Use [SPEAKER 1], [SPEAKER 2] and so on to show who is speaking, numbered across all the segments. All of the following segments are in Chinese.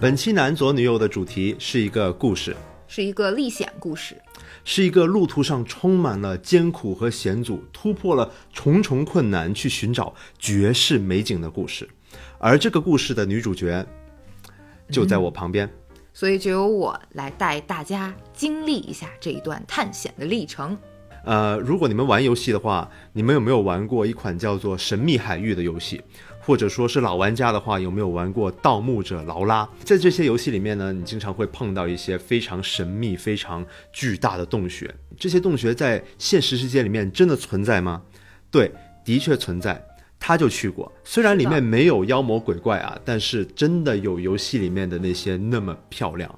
[SPEAKER 1] 本期男左女右的主题是一个故事，
[SPEAKER 2] 是一个历险故事。
[SPEAKER 1] 是一个路途上充满了艰苦和险阻，突破了重重困难去寻找绝世美景的故事。而这个故事的女主角就在我旁边。
[SPEAKER 2] 所以就由我来带大家经历一下这一段探险的历程。
[SPEAKER 1] 呃，如果你们玩游戏的话，你们有没有玩过一款叫做《神秘海域》的游戏？或者说是老玩家的话，有没有玩过《盗墓者劳拉》？在这些游戏里面呢，你经常会碰到一些非常神秘、非常巨大的洞穴。这些洞穴在现实世界里面真的存在吗？对，的确存在。他就去过，虽然里面没有妖魔鬼怪啊，但是真的有游戏里面的那些那么漂亮。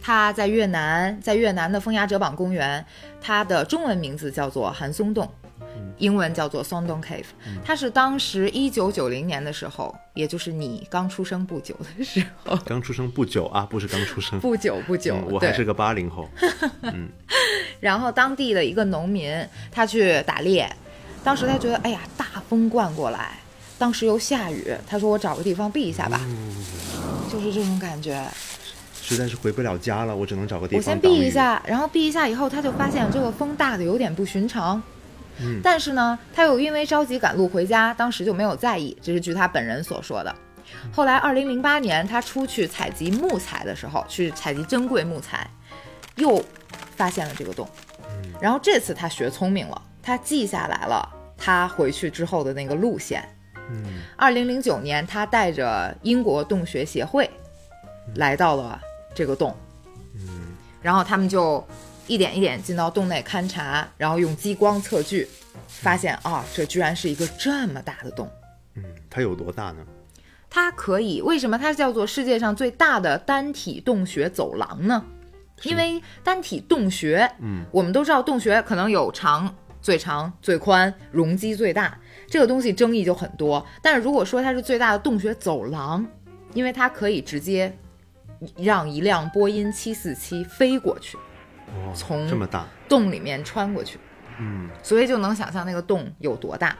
[SPEAKER 2] 它在越南，在越南的风崖哲蚌公园，它的中文名字叫做韩松洞，
[SPEAKER 1] 嗯
[SPEAKER 2] 英文叫做 Sondong Cave。它是当时一九九零年的时候，也就是你刚出生不久的时候，
[SPEAKER 1] 刚出生不久啊，不是刚出生，
[SPEAKER 2] 不久不久，
[SPEAKER 1] 嗯我
[SPEAKER 2] 对
[SPEAKER 1] 还是个八零后。嗯，
[SPEAKER 2] 然后当地的一个农民，他去打猎，当时他觉得，哎呀，大风灌过来，当时又下雨，他说我找个地方避一下吧，就是这种感觉。
[SPEAKER 1] 实在是回不了家了，我只能找个地
[SPEAKER 2] 我
[SPEAKER 1] 方
[SPEAKER 2] 先
[SPEAKER 1] 挡
[SPEAKER 2] 避一
[SPEAKER 1] 雨。
[SPEAKER 2] 下，然后避一下以后，他就发现这个风大的有点不寻常。嗯，但是呢，他又因为着急赶路回家，当时就没有在意，这是据他本人所说的。
[SPEAKER 1] 嗯
[SPEAKER 2] 后来，二零零八年他出去采集木材的时候，去采集珍贵木材，又发现了这个洞。
[SPEAKER 1] 嗯
[SPEAKER 2] 然后这次他学聪明了，他记下来了他回去之后的那个路线。
[SPEAKER 1] 嗯，
[SPEAKER 2] 二零零九年，他带着英国洞穴协会
[SPEAKER 1] 嗯
[SPEAKER 2] 来到了这个洞，嗯，然后他们就一点一点进到洞内勘察，然后用激光测距，发现啊，这居然是一个这么大的洞。
[SPEAKER 1] 嗯，它有多大呢？
[SPEAKER 2] 它可以为什么它叫做世界上最大的单体洞穴走廊呢？因为单体洞穴，
[SPEAKER 1] 嗯，
[SPEAKER 2] 我们都知道洞穴可能有长、最长、最宽，容积最大，这个东西争议就很多。但是如果说它是最大的洞穴走廊，因为它可以直接让一辆波音747飞过去，
[SPEAKER 1] 哦，
[SPEAKER 2] 从
[SPEAKER 1] 这么大，
[SPEAKER 2] 洞里面穿过去，
[SPEAKER 1] 嗯，
[SPEAKER 2] 所以就能想象那个洞有多大。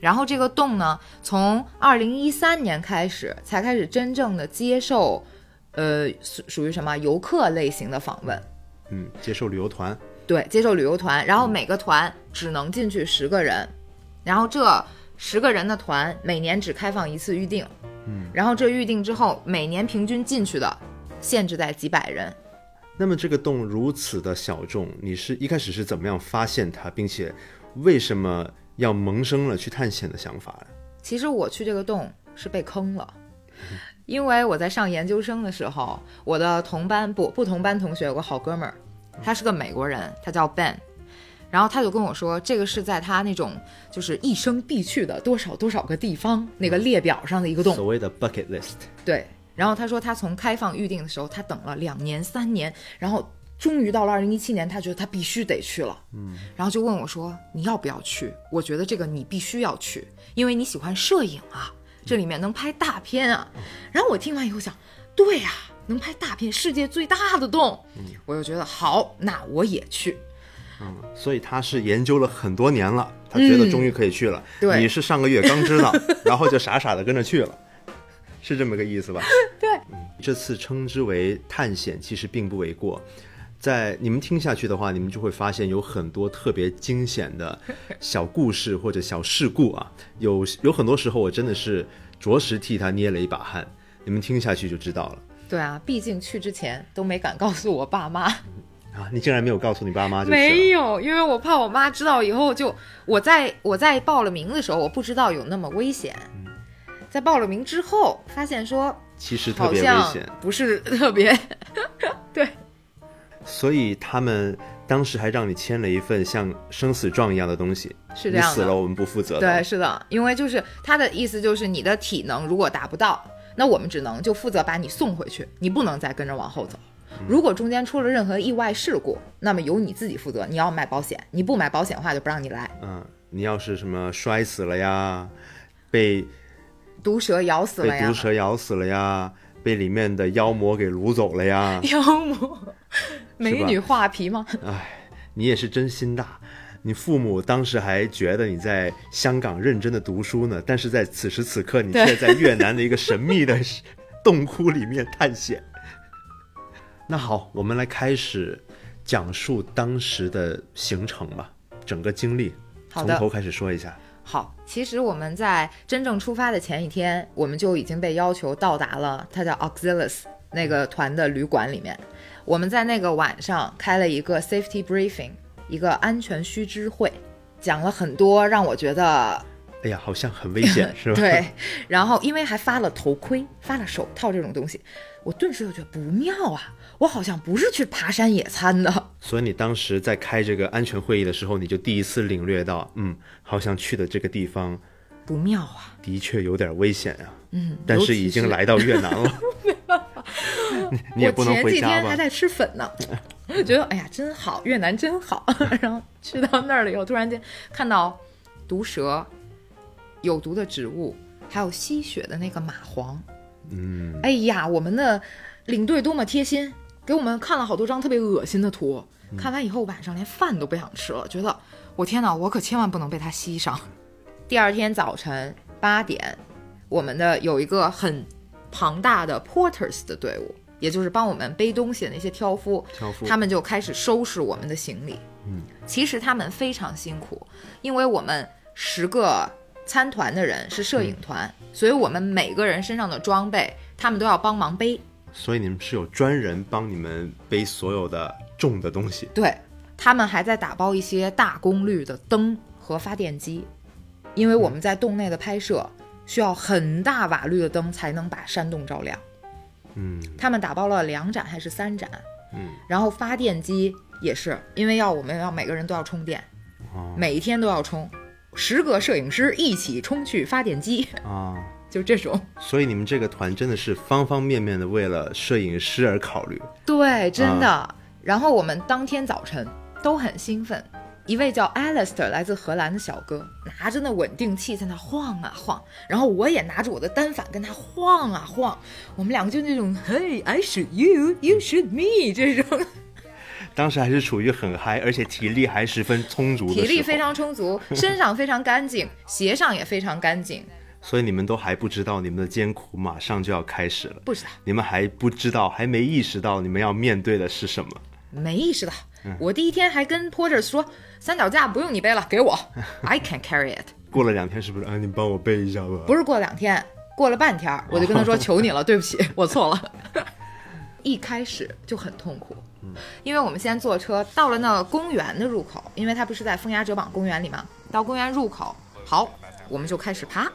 [SPEAKER 2] 然后这个洞呢，从二零一三年开始才开始真正的接受，呃，属属于什么游客类型的访问，
[SPEAKER 1] 嗯，接受旅游团，
[SPEAKER 2] 对，接受旅游团，然后每个团只能进去十个人，然后这十个人的团每年只开放一次预定，
[SPEAKER 1] 嗯，
[SPEAKER 2] 然后这预定之后每年平均进去的限制在几百人，
[SPEAKER 1] 那么这个洞如此的小众，你是一开始是怎么样发现它，并且为什么要萌生了去探险的想法？
[SPEAKER 2] 其实我去这个洞是被坑了，因为我在上研究生的时候，我的同班不不同班同学有个好哥们儿，他是个美国人，他叫 Ben，然后他就跟我说，这个是在他那种就是一生必去的多少多少个地方那个列表上的一个洞，
[SPEAKER 1] 所谓的 bucket list，
[SPEAKER 2] 对。然后他说，他从开放预定的时候，他等了两年三年，然后终于到了二零一七年，他觉得他必须得去了，嗯，然后就问我说，你要不要去？我觉得这个你必须要去，因为你喜欢摄影啊，这里面能拍大片啊。然后我听完以后想，对呀、能拍大片，世界最大的洞，我就觉得好，那我也去。
[SPEAKER 1] 嗯，所以他是研究了很多年了，他觉得终于可以去了。
[SPEAKER 2] 嗯对
[SPEAKER 1] 你是上个月刚 知道，然后就傻傻的跟着去了，是这么个意思吧？
[SPEAKER 2] 对
[SPEAKER 1] 嗯，这次称之为探险，其实并不为过。在你们听下去的话，你们就会发现有很多特别惊险 的小故事或者小事故啊，有有很多时候我真的是着实替他捏了一把汗。你们听下去就知道了
[SPEAKER 2] 对啊，毕竟去之前都没敢告诉我爸妈。
[SPEAKER 1] 啊！你竟然没有告诉你爸妈，就是了
[SPEAKER 2] 没有，因为我怕我妈知道以后就我在我在报了名的时候，我不知道有那么危险。
[SPEAKER 1] 嗯
[SPEAKER 2] 在报了名之后，发现说
[SPEAKER 1] 其实特
[SPEAKER 2] 好
[SPEAKER 1] 别危
[SPEAKER 2] 像
[SPEAKER 1] 险。
[SPEAKER 2] 不是特别对，
[SPEAKER 1] 所以他们当时还让你签了一份像生死状一样的东西，
[SPEAKER 2] 是这样的
[SPEAKER 1] 你死了我们不负责
[SPEAKER 2] 对，
[SPEAKER 1] 的。
[SPEAKER 2] 是的，因为就是他的意思就是你的体能如果达不到，那我们只能就负责把你送回去，你不能再跟着往后走。
[SPEAKER 1] 嗯
[SPEAKER 2] 如果中间出了任何意外事故，那么由你自己负责，你要买保险，你不买保险的话就不让你来。
[SPEAKER 1] 嗯，你要是什么摔死了呀，被
[SPEAKER 2] 毒蛇咬死了
[SPEAKER 1] 被
[SPEAKER 2] 呀，
[SPEAKER 1] 毒，蛇咬死了呀，被里面的妖魔给掳走了呀
[SPEAKER 2] 妖魔，美女画皮吗？
[SPEAKER 1] 哎，你也是真心大。你父母当时还觉得你在香港认真的读书呢，但是在此时此刻，你
[SPEAKER 2] 对
[SPEAKER 1] 却在越南的一个神秘的洞窟里面探险。那好，我们来开始讲述当时的行程吧，整个经历，
[SPEAKER 2] 好
[SPEAKER 1] 从
[SPEAKER 2] 的
[SPEAKER 1] 头开始说一下。
[SPEAKER 2] 好，其实我们在真正出发的前一天，我们就已经被要求到达了，它叫 Auxilis 那个团的旅馆里面。我们在那个晚上开了一个 safety briefing，一个安全须知会，讲了很多让我觉得
[SPEAKER 1] 哎呀，好像很危 险，是吧？
[SPEAKER 2] 对，然后因为还发了头盔、发了手套这种东西，我顿时就觉得不妙啊！我好像不是去爬山野餐的。
[SPEAKER 1] 所以你当时在开这个安全会议的时候，你就第一次领略到，嗯，好像去的这个地方
[SPEAKER 2] 不妙啊！
[SPEAKER 1] 的确有点危险啊。
[SPEAKER 2] 嗯，
[SPEAKER 1] 但
[SPEAKER 2] 尤
[SPEAKER 1] 是
[SPEAKER 2] 其
[SPEAKER 1] 已经来到越南 了，你你也不能
[SPEAKER 2] 我前
[SPEAKER 1] 回
[SPEAKER 2] 几
[SPEAKER 1] 家
[SPEAKER 2] 天还
[SPEAKER 1] 吧？
[SPEAKER 2] 在吃粉 呢，我就觉得哎呀真好，越南真好。 然后去到那儿了以后，突然间看到毒蛇、有毒的植物，还有吸血的那个蚂蟥。
[SPEAKER 1] 嗯，
[SPEAKER 2] 哎呀，我们的领队多么贴心，给我们看了好多张特别恶心的图。
[SPEAKER 1] 嗯
[SPEAKER 2] 看完以后，晚上连饭都不想吃了，觉得我天哪，我可千万不能被它吸上。第二天早晨八点，我们的有一个很庞大的 porters 的队伍，也就是帮我们背东西的那些挑夫，
[SPEAKER 1] 挑夫
[SPEAKER 2] 他们就开始收拾我们的行李。
[SPEAKER 1] 嗯，
[SPEAKER 2] 其实他们非常辛苦，因为我们十个参团的人是摄影团，所以我们每个人身上的装备他们都要帮忙背。
[SPEAKER 1] 所以你们是有专人帮你们背所有的重的东西，
[SPEAKER 2] 对他们还在打包一些大功率的灯和发电机，因为我们在洞内的拍摄需要很大瓦率的灯才能把山洞照亮。
[SPEAKER 1] 嗯，
[SPEAKER 2] 他们打包了两盏还是三盏，
[SPEAKER 1] 嗯，
[SPEAKER 2] 然后发电机也是，因为要我们要每个人都要充电，
[SPEAKER 1] 哦
[SPEAKER 2] 每一天都要充，十个摄影师一起冲去发电机，
[SPEAKER 1] 啊，
[SPEAKER 2] 就这种。
[SPEAKER 1] 所以你们这个团真的是方方面面的为了摄影师而考虑，
[SPEAKER 2] 对，真的。
[SPEAKER 1] 啊
[SPEAKER 2] 然后我们当天早晨都很兴奋，一位叫 Alistair 来自荷兰的小哥拿着那稳定器在那晃啊晃，然后我也拿着我的单反跟他晃啊晃，我们两个就那种 Hey I should you, you should me 这种
[SPEAKER 1] 当时还是处于很嗨，而且体力还十分充足的时
[SPEAKER 2] 体
[SPEAKER 1] 候，
[SPEAKER 2] 力非，常 充足，身上非常干净，鞋上也非常干净，
[SPEAKER 1] 所以你们都还不知道你们的艰苦马上就要开始了，
[SPEAKER 2] 不知道
[SPEAKER 1] 你们还不知道，还没意识到你们要面对的是什么。
[SPEAKER 2] 没意识到。
[SPEAKER 1] 嗯
[SPEAKER 2] 我第一天还跟 Porter 说，三脚架不用你背了，给我，I can carry it。
[SPEAKER 1] 过了两天是不是啊？你帮我背一下吧。
[SPEAKER 2] 不是过两天，过了半天儿，我就跟他
[SPEAKER 1] 哦
[SPEAKER 2] 说：“求你了，对不起， 我错了。”一开始就很痛苦，
[SPEAKER 1] 嗯
[SPEAKER 2] 因为我们先坐车到了那公园的入口，因为它不是在风崖折膀公园里嘛。到公园入口，好，我们就开始爬。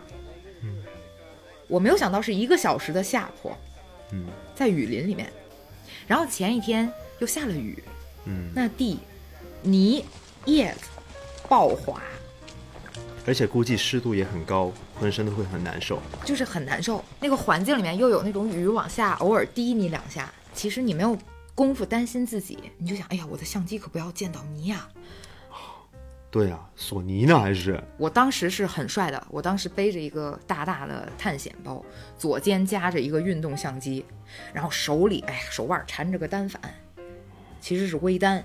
[SPEAKER 2] 我没有想到是一个小时的下坡，
[SPEAKER 1] 嗯，
[SPEAKER 2] 在雨林里面，然后前一天又下了雨，
[SPEAKER 1] 嗯，
[SPEAKER 2] 那地泥叶子爆滑，
[SPEAKER 1] 而且估计湿度也很高，浑身都会很难受。
[SPEAKER 2] 就是很难受。那个环境里面又有那种雨往下偶尔滴你两下，其实你没有功夫担心自己，你就想，哎呀，我的相机可不要溅到泥呀、
[SPEAKER 1] 对啊，索尼呢还是
[SPEAKER 2] 我当时是很帅的，我当时背着一个大大的探险包，左肩夹着一个运动相机，然后手里哎呀手腕缠着个单反，其实是微单，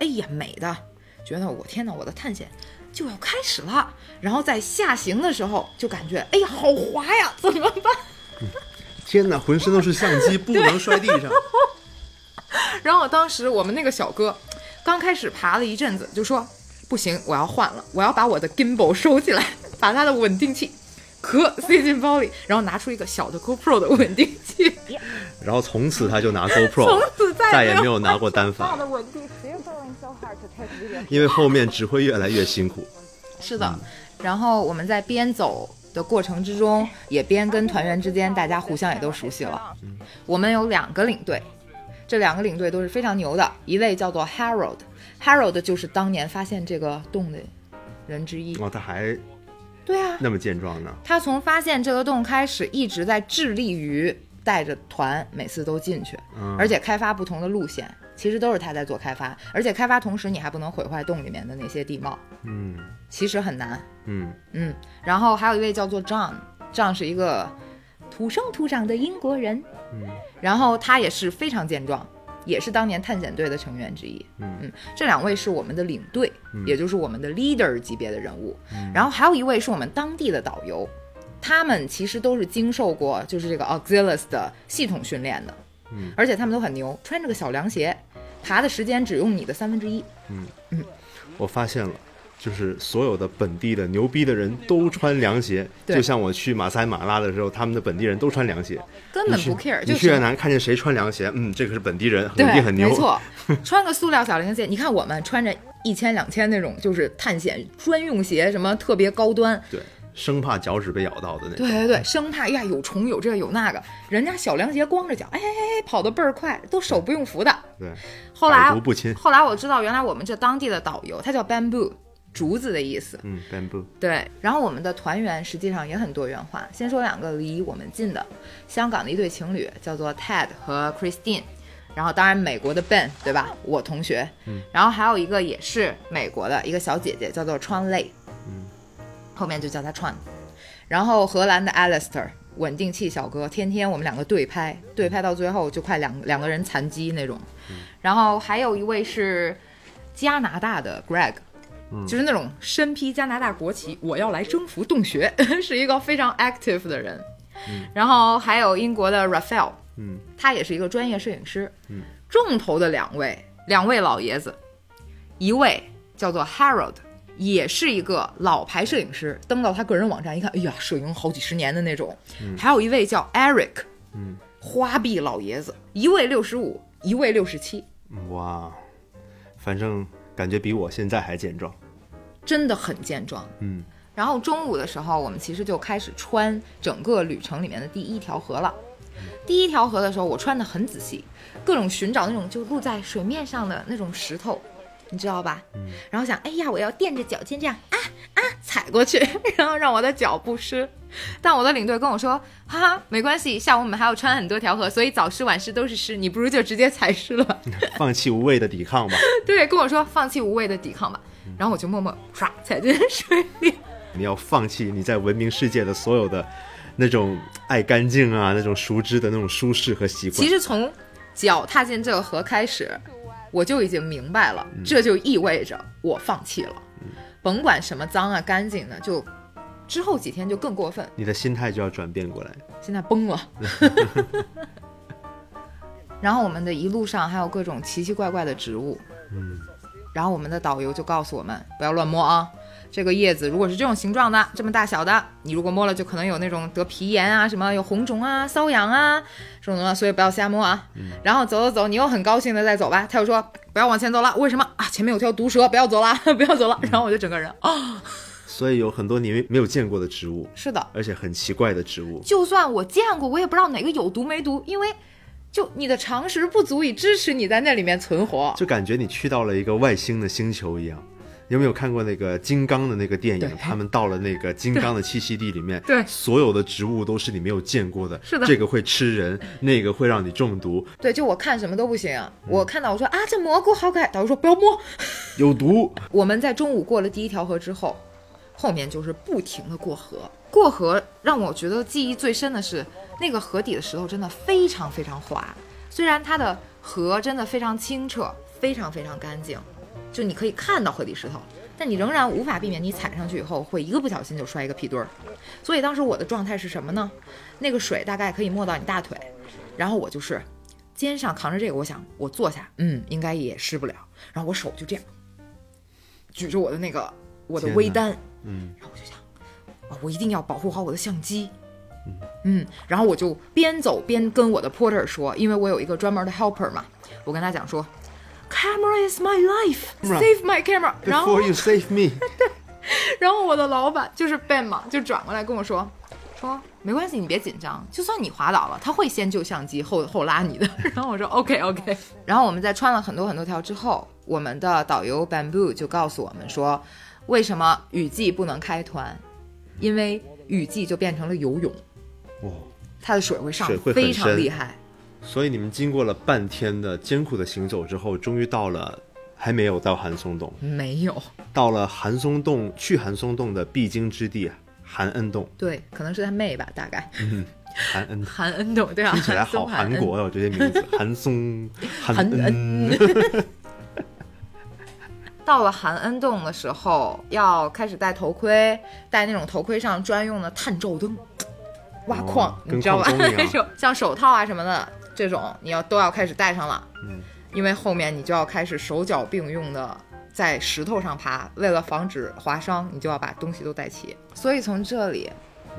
[SPEAKER 2] 哎呀美的，觉得我天哪，我的探险就要开始了。然后在下行的时候就感觉哎呀好滑呀，怎么办？
[SPEAKER 1] 天哪，浑身都是相机，不能摔地上。
[SPEAKER 2] 然后当时我们那个小哥刚开始爬了一阵子，就说不行，我要换了，我要把我的 gimbal 收起来， 把它的稳定器壳塞进包里，然后拿出一个小的 GoPro 的稳定器，
[SPEAKER 1] 然后从此他就拿
[SPEAKER 2] 从
[SPEAKER 1] GoPro，
[SPEAKER 2] 此再
[SPEAKER 1] 再也没
[SPEAKER 2] 有
[SPEAKER 1] 有拿过单反，
[SPEAKER 2] 的稳定。
[SPEAKER 1] 因为后面只会越来越辛苦。
[SPEAKER 2] 是的，然后我们在边走。的过程之中，也边跟团员之间，大家互相也都熟悉了。我们有两个领队，这两个领队都是非常牛的，一位叫做 Harold，Harold 就是当年发现这个洞的人之一。
[SPEAKER 1] 哦，他还
[SPEAKER 2] 对啊，
[SPEAKER 1] 那么健壮呢。
[SPEAKER 2] 他从发现这个洞开始，一直在致力于带着团每次都进去，
[SPEAKER 1] 嗯
[SPEAKER 2] 而且开发不同的路线，其实都是他在做开发。而且开发同时，你还不能毁坏洞里面的那些地貌，
[SPEAKER 1] 嗯
[SPEAKER 2] 其实很难。
[SPEAKER 1] 嗯，
[SPEAKER 2] 嗯，然后还有一位叫做 John，John 是一个土生土长的英国人，
[SPEAKER 1] 嗯，
[SPEAKER 2] 然后他也是非常健壮，也是当年探险队的成员之一，
[SPEAKER 1] 嗯
[SPEAKER 2] 这两位是我们的领队，
[SPEAKER 1] 嗯
[SPEAKER 2] 也就是我们的 leader 级别的人物，然后还有一位是我们当地的导游，他们其实都是经受过就是这个 Auxilus 的系统训练的，
[SPEAKER 1] 嗯，
[SPEAKER 2] 而且他们都很牛，穿着个小凉鞋，爬的时间只用你的三分之一。
[SPEAKER 1] 我发现了，就是所有的本地的牛逼的人都穿凉鞋，
[SPEAKER 2] 对
[SPEAKER 1] 就像我去马赛马拉的时候，他们的本地人都穿凉鞋。
[SPEAKER 2] 根本不 care，
[SPEAKER 1] 你
[SPEAKER 2] 就
[SPEAKER 1] 去越
[SPEAKER 2] 是
[SPEAKER 1] 南看见谁穿凉鞋，嗯，这个是本地人，肯
[SPEAKER 2] 对，
[SPEAKER 1] 定很牛。
[SPEAKER 2] 没错，穿个塑料小凉鞋，你看我们穿着一千两千那种就是探险专用鞋，什么特别高端，
[SPEAKER 1] 对，生怕脚趾被咬到的那种。
[SPEAKER 2] 对对对，生怕呀有虫有这有那个，人家小凉鞋光着脚，哎哎哎，跑得倍儿快，都手不用扶的。
[SPEAKER 1] 对，
[SPEAKER 2] 后来
[SPEAKER 1] 百毒不侵
[SPEAKER 2] 后来我知道，原来我们这当地的导游他叫 bamboo，竹子的意思。
[SPEAKER 1] 嗯，bamboo，
[SPEAKER 2] 对，然后我们的团员实际上也很多元化。先说两个离我们近的，香港的一对情侣叫做 Ted 和 Christine，然后当然美国的 Ben 对吧，我同学，嗯，然后还有一个也是美国的一个小姐姐叫做川泪，
[SPEAKER 1] 嗯，
[SPEAKER 2] 后面就叫她川，然后荷兰的 Alistair 稳定器小哥，天天我们两个对拍，对拍到最后就快两两个人残疾那种，然后还有一位是加拿大的 Greg，就是那种身披加拿大国旗，我要来征服洞穴， 是一个非常 active 的人。然后还有英国的 Raphael，
[SPEAKER 1] 嗯，
[SPEAKER 2] 他也是一个专业摄影师。嗯，重头的两位，两位老爷子，一位叫做 Harold，也是一个老牌摄影师，登到他个人网站一看，哎呀，摄影好几十年的那种。还有一位叫 Eric，
[SPEAKER 1] 嗯，
[SPEAKER 2] 花臂老爷子，一位六十五，一位六十七。
[SPEAKER 1] 哇，反正感觉比我现在还健壮。
[SPEAKER 2] 真的很健壮。
[SPEAKER 1] 嗯，
[SPEAKER 2] 然后中午的时候，我们其实就开始穿整个旅程里面的第一条河了。第一条河的时候，我穿的很仔细，各种寻找那种就露在水面上的那种石头，你知道吧？然后想，哎呀，我要垫着脚尖这样啊啊踩过去， 然后让我的脚不湿。但我的领队跟我说，哈哈，没关系，下午我们还要穿很多条河，所以早湿晚湿都是湿，你不如就直接踩湿了 吧。
[SPEAKER 1] 放弃无谓的抵抗吧，
[SPEAKER 2] 对，跟我说放弃无谓的抵抗吧。然后我就默默唰踩进水里。
[SPEAKER 1] 你要放弃你在文明世界的所有的那种爱干净啊，那种熟知的那种舒适和习惯
[SPEAKER 2] 其。实从脚踏进这个河开始，我就已经明白了，
[SPEAKER 1] 嗯
[SPEAKER 2] 这就意味着我放弃了，甭管什么脏啊干净的，就之后几天就更过分，
[SPEAKER 1] 你的心态就要转变过来。
[SPEAKER 2] 现在崩了。 然后我们的一路上还有各种奇奇怪怪的植物，
[SPEAKER 1] 嗯，
[SPEAKER 2] 然后我们的导游就告诉我们不要乱摸啊，这个叶子如果是这种形状的、这么大小的，你如果摸了就可能有那种得皮炎啊、什么有红肿啊、瘙痒啊这种东西，所以不要瞎摸啊。然后走走走，你又很高兴的在走吧，他又说不要往前走了，为什么啊？前面有条毒蛇，不要走了， 不要走了。然后我就整个人哦，
[SPEAKER 1] 所以有很多你没没有见过的植物，
[SPEAKER 2] 是的，
[SPEAKER 1] 而且很奇怪的植物。
[SPEAKER 2] 就算我见过，我也不知道哪个有毒没毒，因为就你的常识不足以支持你在那里面存活。
[SPEAKER 1] 就感觉你去到了一个外星的星球一样。有没有看过那个金刚的那个电
[SPEAKER 2] 对
[SPEAKER 1] 影？他们到了那个金刚的栖息地里面，
[SPEAKER 2] 对
[SPEAKER 1] 所有的植物都是你没有见过的，
[SPEAKER 2] 是的
[SPEAKER 1] 这个会吃人，那个会让你中毒，
[SPEAKER 2] 对，就我看什么都不行，我看到我说啊这蘑菇好可爱，导游说不要摸，
[SPEAKER 1] 有 毒。
[SPEAKER 2] 我们在中午过了第一条河之后，后面就是不停的过河。过河让我觉得记忆最深的是，那个河底的石头真的非常非常滑，虽然它的河真的非常清澈，非常非常干净，就你可以看到河底石头，但你仍然无法避免你踩上去以后会一个不小心就摔一个屁墩儿。所以当时我的状态是什么呢？那个水大概可以没到你大腿，然后我就是肩上扛着这个，我想我坐下，嗯，应该也湿不了，然后我手就这样举着我的那个我的
[SPEAKER 1] 天
[SPEAKER 2] 微
[SPEAKER 1] 哪
[SPEAKER 2] 单，
[SPEAKER 1] 嗯，
[SPEAKER 2] 然后我就想，啊，我一定要保护好我的相机。嗯，然后我就边走边跟我的 porter 说，因为我有一个专门的 helper 嘛，我跟他讲说，camera is my
[SPEAKER 1] Camera
[SPEAKER 2] life，save my camera。然后
[SPEAKER 1] Before you save me，
[SPEAKER 2] 然后我的老板就是 Ben 嘛，就转过来跟我说，说没关系，你别紧张，就算你滑倒了，他会先救相机，后后拉你的。 然后我说 OK OK。然后我们在穿了很多很多条之后，我们的导游 Bamboo 就告诉我们说，为什么雨季不能开团，因为雨季就变成了游泳，
[SPEAKER 1] 哇！
[SPEAKER 2] 它的水会上
[SPEAKER 1] 水会很
[SPEAKER 2] 非常
[SPEAKER 1] 深
[SPEAKER 2] 厉害。
[SPEAKER 1] 所以你们经过了半天的艰苦的行走之后，终于到了，还没有到韩松洞，
[SPEAKER 2] 没有，
[SPEAKER 1] 到了韩松洞，去韩松洞的必经之地韩恩洞，
[SPEAKER 2] 对，可能是他妹吧，大概
[SPEAKER 1] 韩恩洞。
[SPEAKER 2] 韩恩懂对啊，
[SPEAKER 1] 听起来好
[SPEAKER 2] 松 韩
[SPEAKER 1] 韩
[SPEAKER 2] 恩
[SPEAKER 1] 国 哦，这些名字，韩松、韩
[SPEAKER 2] 韩
[SPEAKER 1] 恩。
[SPEAKER 2] 到了韩恩洞的时候，要开始戴头盔，戴那种头盔上专用的探照灯，挖矿，
[SPEAKER 1] 哦
[SPEAKER 2] 你知道吧？
[SPEAKER 1] 跟矿工 一样
[SPEAKER 2] 手像手套啊什么的，这种你要都要开始戴上了。
[SPEAKER 1] 嗯，
[SPEAKER 2] 因为后面你就要开始手脚并用的在石头上爬，为了防止划伤，你就要把东西都带齐。所以从这里，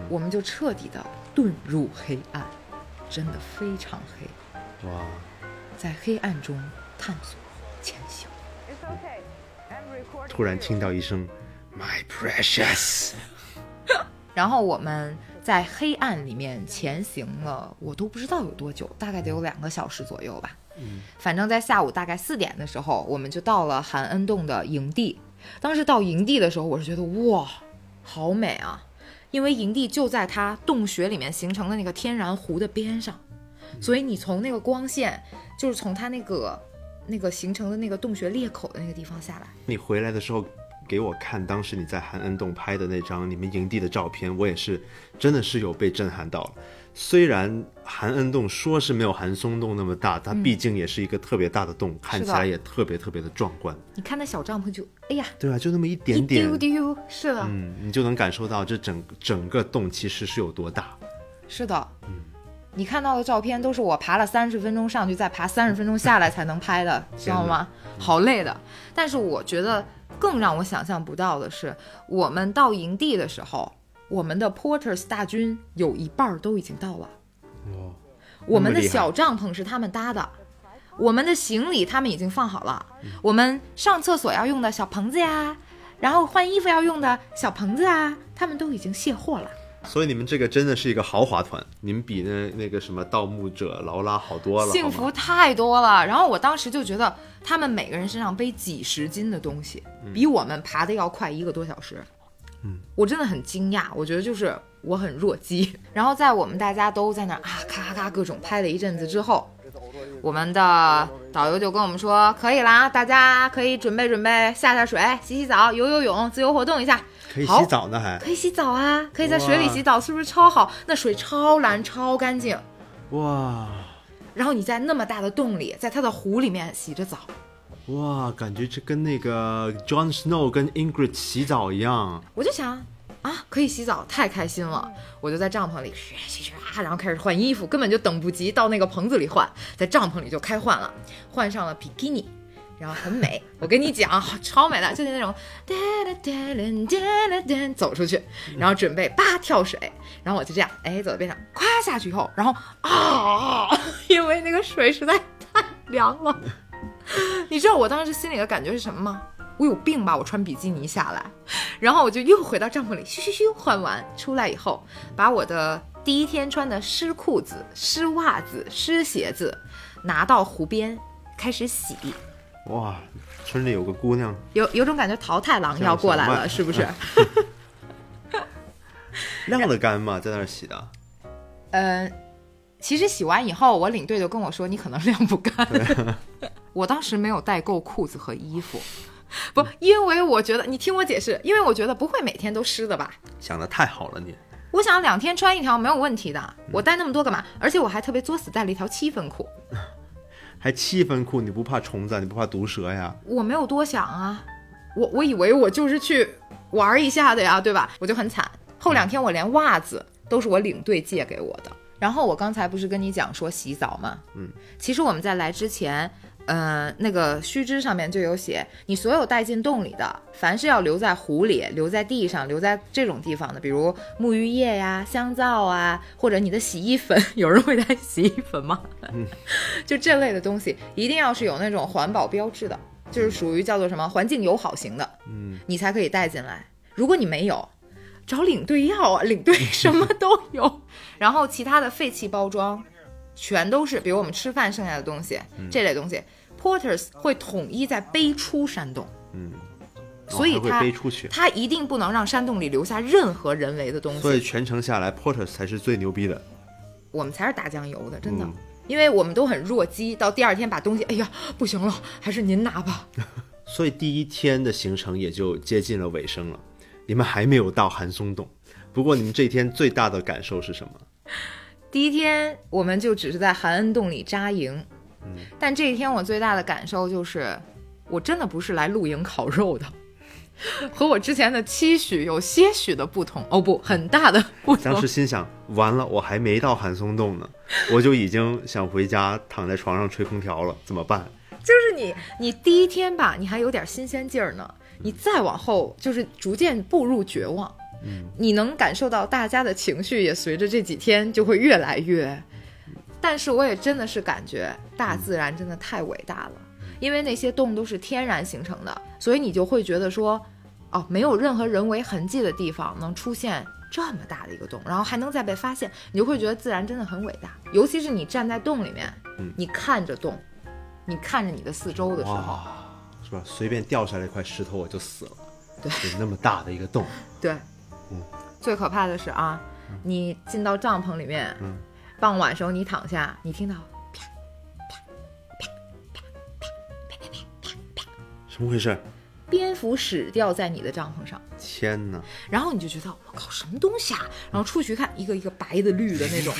[SPEAKER 2] 我们就彻底的遁入黑暗，真的非常黑。
[SPEAKER 1] 哇，
[SPEAKER 2] 在黑暗中探索前行。
[SPEAKER 3] It's okay. I'm recording.
[SPEAKER 1] 突然听到一声 “My precious”，
[SPEAKER 2] 然后我们在黑暗里面前行了，我都不知道有多久，大概得有两个小时左右吧。嗯，反正在下午大概四点的时候，我们就到了韩恩洞的营地。当时到营地的时候，我是觉得哇，好美啊！因为营地就在它洞穴里面形成的那个天然湖的边上，所以你从那个光线，就是从它那个那个形成的那个洞穴裂口的那个地方下来。
[SPEAKER 1] 你回来的时候给我看当时你在韩恩洞拍的那张你们营地的照片，我也是真的是有被震撼到了。虽然韩恩洞说是没有韩松洞那么大，它毕竟也是一个特别大嗯的洞，看起来也特别特别的壮观。
[SPEAKER 2] 你看那小帐篷就，哎呀，
[SPEAKER 1] 对啊，就那么一
[SPEAKER 2] 一
[SPEAKER 1] 点点，
[SPEAKER 2] 丢丢，是的，
[SPEAKER 1] 嗯，你就能感受到这整整个洞其实是有多大。
[SPEAKER 2] 是的，
[SPEAKER 1] 嗯
[SPEAKER 2] 你看到的照片都是我爬了三十分钟上去，再爬三十分钟下来才能 拍的，知道吗？好累的。但是我觉得更让我想象不到的是，我们到营地的时候，我们的 porters 大军有一半儿都已经到了。
[SPEAKER 1] 哦，
[SPEAKER 2] 我们
[SPEAKER 1] 那么
[SPEAKER 2] 的
[SPEAKER 1] 厉害
[SPEAKER 2] 小帐篷是他们搭的，我们的行李他们已经放好了，
[SPEAKER 1] 嗯
[SPEAKER 2] 我们上厕所要用的小棚子呀，然后换衣服要用的小棚子啊，他们都已经卸货了。
[SPEAKER 1] 所以你们这个真的是一个豪华团，你们比那那个什么盗墓者劳拉好多了，
[SPEAKER 2] 幸
[SPEAKER 1] 好
[SPEAKER 2] 福
[SPEAKER 1] 吗
[SPEAKER 2] 太多了。然后我当时就觉得，他们每个人身上背几十斤的东西，
[SPEAKER 1] 嗯
[SPEAKER 2] 比我们爬的要快一个多小时。嗯，我真的很惊讶，我觉得就是我很弱鸡。然后在我们大家都在那儿啊咔咔咔各种拍了一阵子之后，我们的导游就跟我们说，可以啦，大家可以准备准备，下下水，洗洗澡，游游泳，自由活动一下。
[SPEAKER 1] 可以
[SPEAKER 2] 好
[SPEAKER 1] 洗澡呢还，
[SPEAKER 2] 可以洗澡啊，可以在水里
[SPEAKER 1] 哇
[SPEAKER 2] 洗澡，是不是超好？那水超蓝，超干净。
[SPEAKER 1] 哇
[SPEAKER 2] 然后你在那么大的洞里，在它的湖里面洗着澡，
[SPEAKER 1] 哇，感觉这跟那个 Jon Snow 跟 Ingrid 洗澡一样，
[SPEAKER 2] 我就想啊，可以洗澡，太开心了！我就在帐篷里唰唰唰，然后开始换衣服，根本就等不及到那个棚子里换，在帐篷里就开换了，换上了比基尼。然后很美，我跟你讲，超美的，就是那种哒哒哒哒哒哒哒走出去，然后准备叭跳水，然后我就这样，哎，走到边上，咵下去以后，然后啊，因为那个水实在太凉了， 你知道我当时心里的感觉是什么吗？我有病吧！我穿比基尼下来，然后我就又回到帐篷里，咻咻咻换完出来以后，把我的第一天穿的湿裤子、湿袜子、湿鞋子拿到湖边开始洗，
[SPEAKER 1] 哇，村里有个姑娘，
[SPEAKER 2] 有有种感觉淘汰狼要过来了，
[SPEAKER 1] 像小曼
[SPEAKER 2] 是不是？
[SPEAKER 1] 晾得干吗？在那儿洗的，
[SPEAKER 2] 嗯，其实洗完以后，我领队就跟我说，你可能晾不干。 我当时没有带够裤子和衣服，不，因为我觉得你听我解释，因为我觉得不会每天都湿的吧。
[SPEAKER 1] 想的太好了你，
[SPEAKER 2] 我想两天穿一条没有问题的，我带那么多干嘛？而且我还特别作死带了一条七分裤，
[SPEAKER 1] 还七分裤，你不怕虫子啊，你不怕毒蛇呀？
[SPEAKER 2] 我没有多想啊，我我以为我就是去玩一下的呀，对吧？我就很惨。后两天我连袜子都是我领队借给我的。然后我刚才不是跟你讲说洗澡吗？
[SPEAKER 1] 嗯，
[SPEAKER 2] 其实我们在来之前，呃，那个须知上面就有写，你所有带进洞里的，凡是要留在湖里、留在地上、留在这种地方的，比如沐浴液呀、香皂啊，或者你的洗衣粉， 有人会带洗衣粉吗？就这类的东西，一定要是有那种环保标志的，就是属于叫做什么环境友好型的，
[SPEAKER 1] 嗯，
[SPEAKER 2] 你才可以带进来。如果你没有，找领队要啊， 领队什么都 有。然后其他的废弃包装，全都是比如我们吃饭剩下的东西、
[SPEAKER 1] 嗯
[SPEAKER 2] 这类东西，porters 会统一在背出山洞，
[SPEAKER 1] 嗯，
[SPEAKER 2] 所以
[SPEAKER 1] 哦还
[SPEAKER 2] 它
[SPEAKER 1] 会背出去，
[SPEAKER 2] 它一定不能让山洞里留下任何人为的东西。
[SPEAKER 1] 所以全程下来 Porter 才是最牛逼的，
[SPEAKER 2] 我们才是打酱油的，真的。
[SPEAKER 1] 嗯
[SPEAKER 2] 因为我们都很弱鸡，到第二天把东西，哎呀，不行了，还是您拿吧。
[SPEAKER 1] 所以第一天的行程也就接近了尾声了。你们还没有到寒松洞，不过你们这一天最大的感受是什么？
[SPEAKER 2] 第一天我
[SPEAKER 1] 嗯
[SPEAKER 2] 们就只是在韩恩洞里扎营，但这一天我最大的感受就是，我真的不是来露营烤肉的， 和我之前的期许有些许的不同。哦不，很大的不同。
[SPEAKER 1] 当时心想，完了，我还没到寒松洞呢，我就已经想回家躺在床上吹空调了，怎么办？
[SPEAKER 2] 就是你，你第一天吧，你还有点新鲜劲儿呢，你再往后就是逐渐步入绝望。嗯，你能感受到大家的情绪也随着这几天就会越来越，但是我也真的是感觉大自然真的太伟大了，因为那些洞都是天然形成的，所以你就会觉得说，哦，没有任何人为痕迹的地方能出现这么大的一个洞，然后还能再被发现，你就会觉得自然真的很伟大，尤其是你站在洞里面
[SPEAKER 1] 嗯，
[SPEAKER 2] 你看着洞，你看着你的四周的时候，
[SPEAKER 1] 哇，是吧？随便掉下来一块石头我就死了，
[SPEAKER 2] 对
[SPEAKER 1] 有那么大的一个洞，
[SPEAKER 2] 对，
[SPEAKER 1] 嗯
[SPEAKER 2] 最可怕的是啊，你进到帐篷里面，
[SPEAKER 1] 嗯
[SPEAKER 2] 傍晚时候你躺下，你听到
[SPEAKER 1] 什么回事？
[SPEAKER 2] 蝙蝠屎掉在你的帐篷上，
[SPEAKER 1] 天哪！
[SPEAKER 2] 然后你就觉得我靠什么东西啊，然后出去看，一个一个白的绿的那
[SPEAKER 1] 嗯
[SPEAKER 2] 种，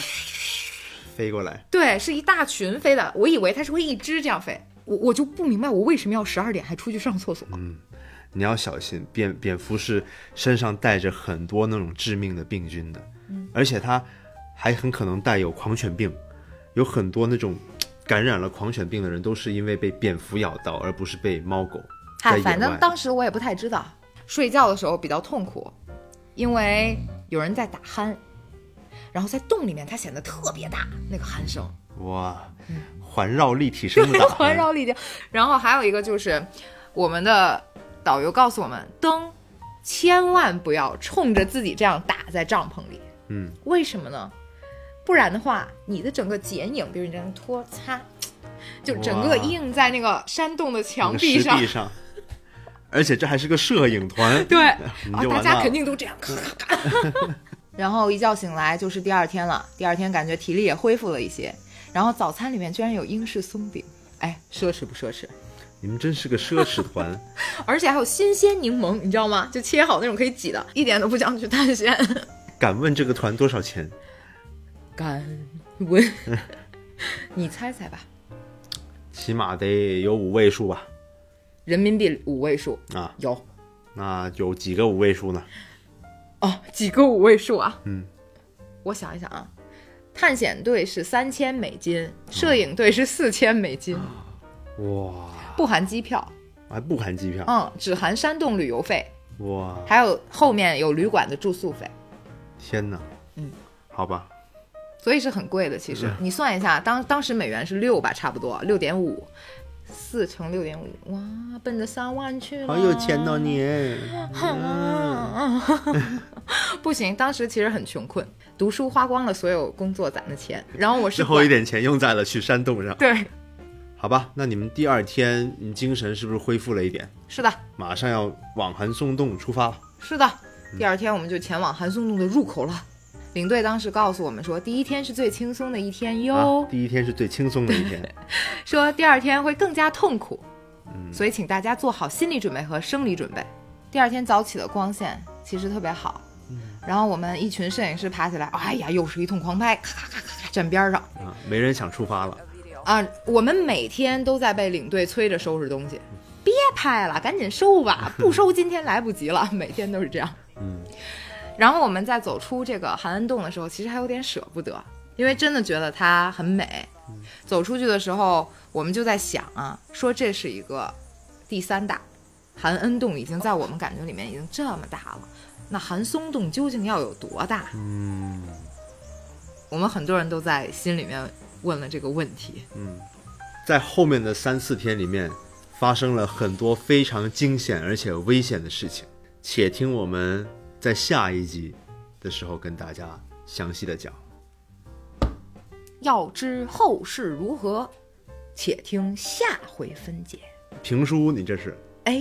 [SPEAKER 1] 飞过来，
[SPEAKER 2] 对，是一大群飞的，我以为它是会一只这样飞，我我就不明白我为什么要十二点还出去上厕所，
[SPEAKER 1] 嗯你要小心，蝙蝙蝠是身上带着很多那种致命的病菌的，
[SPEAKER 2] 嗯
[SPEAKER 1] 而且它还很可能带有狂犬病，有很多那种感染了狂犬病的人都是因为被蝙蝠咬到，而不是被猫狗。
[SPEAKER 2] 嗨、
[SPEAKER 1] 在野
[SPEAKER 2] 反正
[SPEAKER 1] 外
[SPEAKER 2] 当时我也不太知道，睡觉的时候比较痛苦，因为有人在打鼾，然后在洞里面它显得特别大，那个鼾声。
[SPEAKER 1] 哇，环绕立体声 啊的打
[SPEAKER 2] 环绕力量。然后还有一个就是，我们的导游告诉我们，灯千万不要冲着自己这样打在帐篷里。
[SPEAKER 1] 嗯，
[SPEAKER 2] 为什么呢？不然的话，你的整个剪影，比如你这样拖擦，就整
[SPEAKER 1] 哇
[SPEAKER 2] 个映在那个山洞的
[SPEAKER 1] 那
[SPEAKER 2] 墙
[SPEAKER 1] 个
[SPEAKER 2] 壁
[SPEAKER 1] 石
[SPEAKER 2] 上
[SPEAKER 1] 壁。上，而且这还是个摄影团，
[SPEAKER 2] 对，
[SPEAKER 1] 你
[SPEAKER 2] 啊
[SPEAKER 1] 就，
[SPEAKER 2] 大
[SPEAKER 1] 完
[SPEAKER 2] 家
[SPEAKER 1] 了
[SPEAKER 2] 肯。定都 这样，咔咔咔。然后一觉醒来就是第二天了，第二天感觉体力也恢复了一些，然后早餐里面居然有英式松饼，哎，奢侈不奢侈？
[SPEAKER 1] 你们真是个奢侈 团，
[SPEAKER 2] 而且还有新鲜柠檬，你知道吗？就切好那种可以挤的，一点都不想去探险。
[SPEAKER 1] 敢问这个团多少钱？
[SPEAKER 2] 敢问， 你猜猜吧，
[SPEAKER 1] 起码得有五位数吧？
[SPEAKER 2] 人民币五位数
[SPEAKER 1] 啊，
[SPEAKER 2] 有
[SPEAKER 1] 那有几个五位数呢？
[SPEAKER 2] 哦，几个五位数啊？
[SPEAKER 1] 嗯，
[SPEAKER 2] 我想一想啊，探险队是三千美金，
[SPEAKER 1] 啊
[SPEAKER 2] 摄影队是四千美金，
[SPEAKER 1] 哇，
[SPEAKER 2] 不含机票，
[SPEAKER 1] 还不含机票？
[SPEAKER 2] 嗯，只含山洞旅游费，
[SPEAKER 1] 哇，
[SPEAKER 2] 还有后面有旅馆的住宿费。
[SPEAKER 1] 天哪！
[SPEAKER 2] 嗯，
[SPEAKER 1] 好吧，
[SPEAKER 2] 所以是很贵的。其实你算一下，当当时美元是六吧，差不多六点五，四乘六点五，哇，奔着三万去了，
[SPEAKER 1] 好有钱哦！你！嗯，
[SPEAKER 2] 嗯。不行，当时其实很穷困，读书花光了所有工作攒的钱，然后我是
[SPEAKER 1] 最后一
[SPEAKER 2] 管
[SPEAKER 1] 点钱用在了去山洞上，
[SPEAKER 2] 对，
[SPEAKER 1] 好吧？那你们第二天，你精神是不是恢复了一点？
[SPEAKER 2] 是的，
[SPEAKER 1] 马上要往寒松洞出发了。
[SPEAKER 2] 是的，
[SPEAKER 1] 嗯
[SPEAKER 2] 第二天我们就前往韩松洞的入口了。领队当时告诉我们说，第一天是最轻松的一天哟，
[SPEAKER 1] 啊，第一天是最轻松的一天，
[SPEAKER 2] 说第二天会更加痛苦，所以请大家做好心理准备和生理准备。第二天早起的光线其实特别好，然后我们一群摄影师爬起来，哎呀，又是一通狂拍，咔咔咔咔咔站边儿上
[SPEAKER 1] 啊，没人想出发了。
[SPEAKER 2] 啊！我们每天都在被领队催着收拾东西，别拍了，赶紧 收吧，不收今天来不及了，每天都是这样。
[SPEAKER 1] 嗯，
[SPEAKER 2] 然后我们在走出这个韩恩洞的时候，其实还有点舍不得，因为真的觉得它很美。
[SPEAKER 1] 嗯
[SPEAKER 2] 走出去的时候，我们就在想啊，说这是一个第三大，韩恩洞已经在我们感觉里面已经这么大了，那韩松洞究竟要有多大？
[SPEAKER 1] 嗯
[SPEAKER 2] 我们很多人都在心里面问了这个问题。
[SPEAKER 1] 嗯，在后面的三四天里面，发生了很多非常惊险而且危险的事情，且听我们在下一集的时候跟大家详细的讲。
[SPEAKER 2] 要知后事如何，且听下回分解。
[SPEAKER 1] 评书，你这是。
[SPEAKER 2] 哎，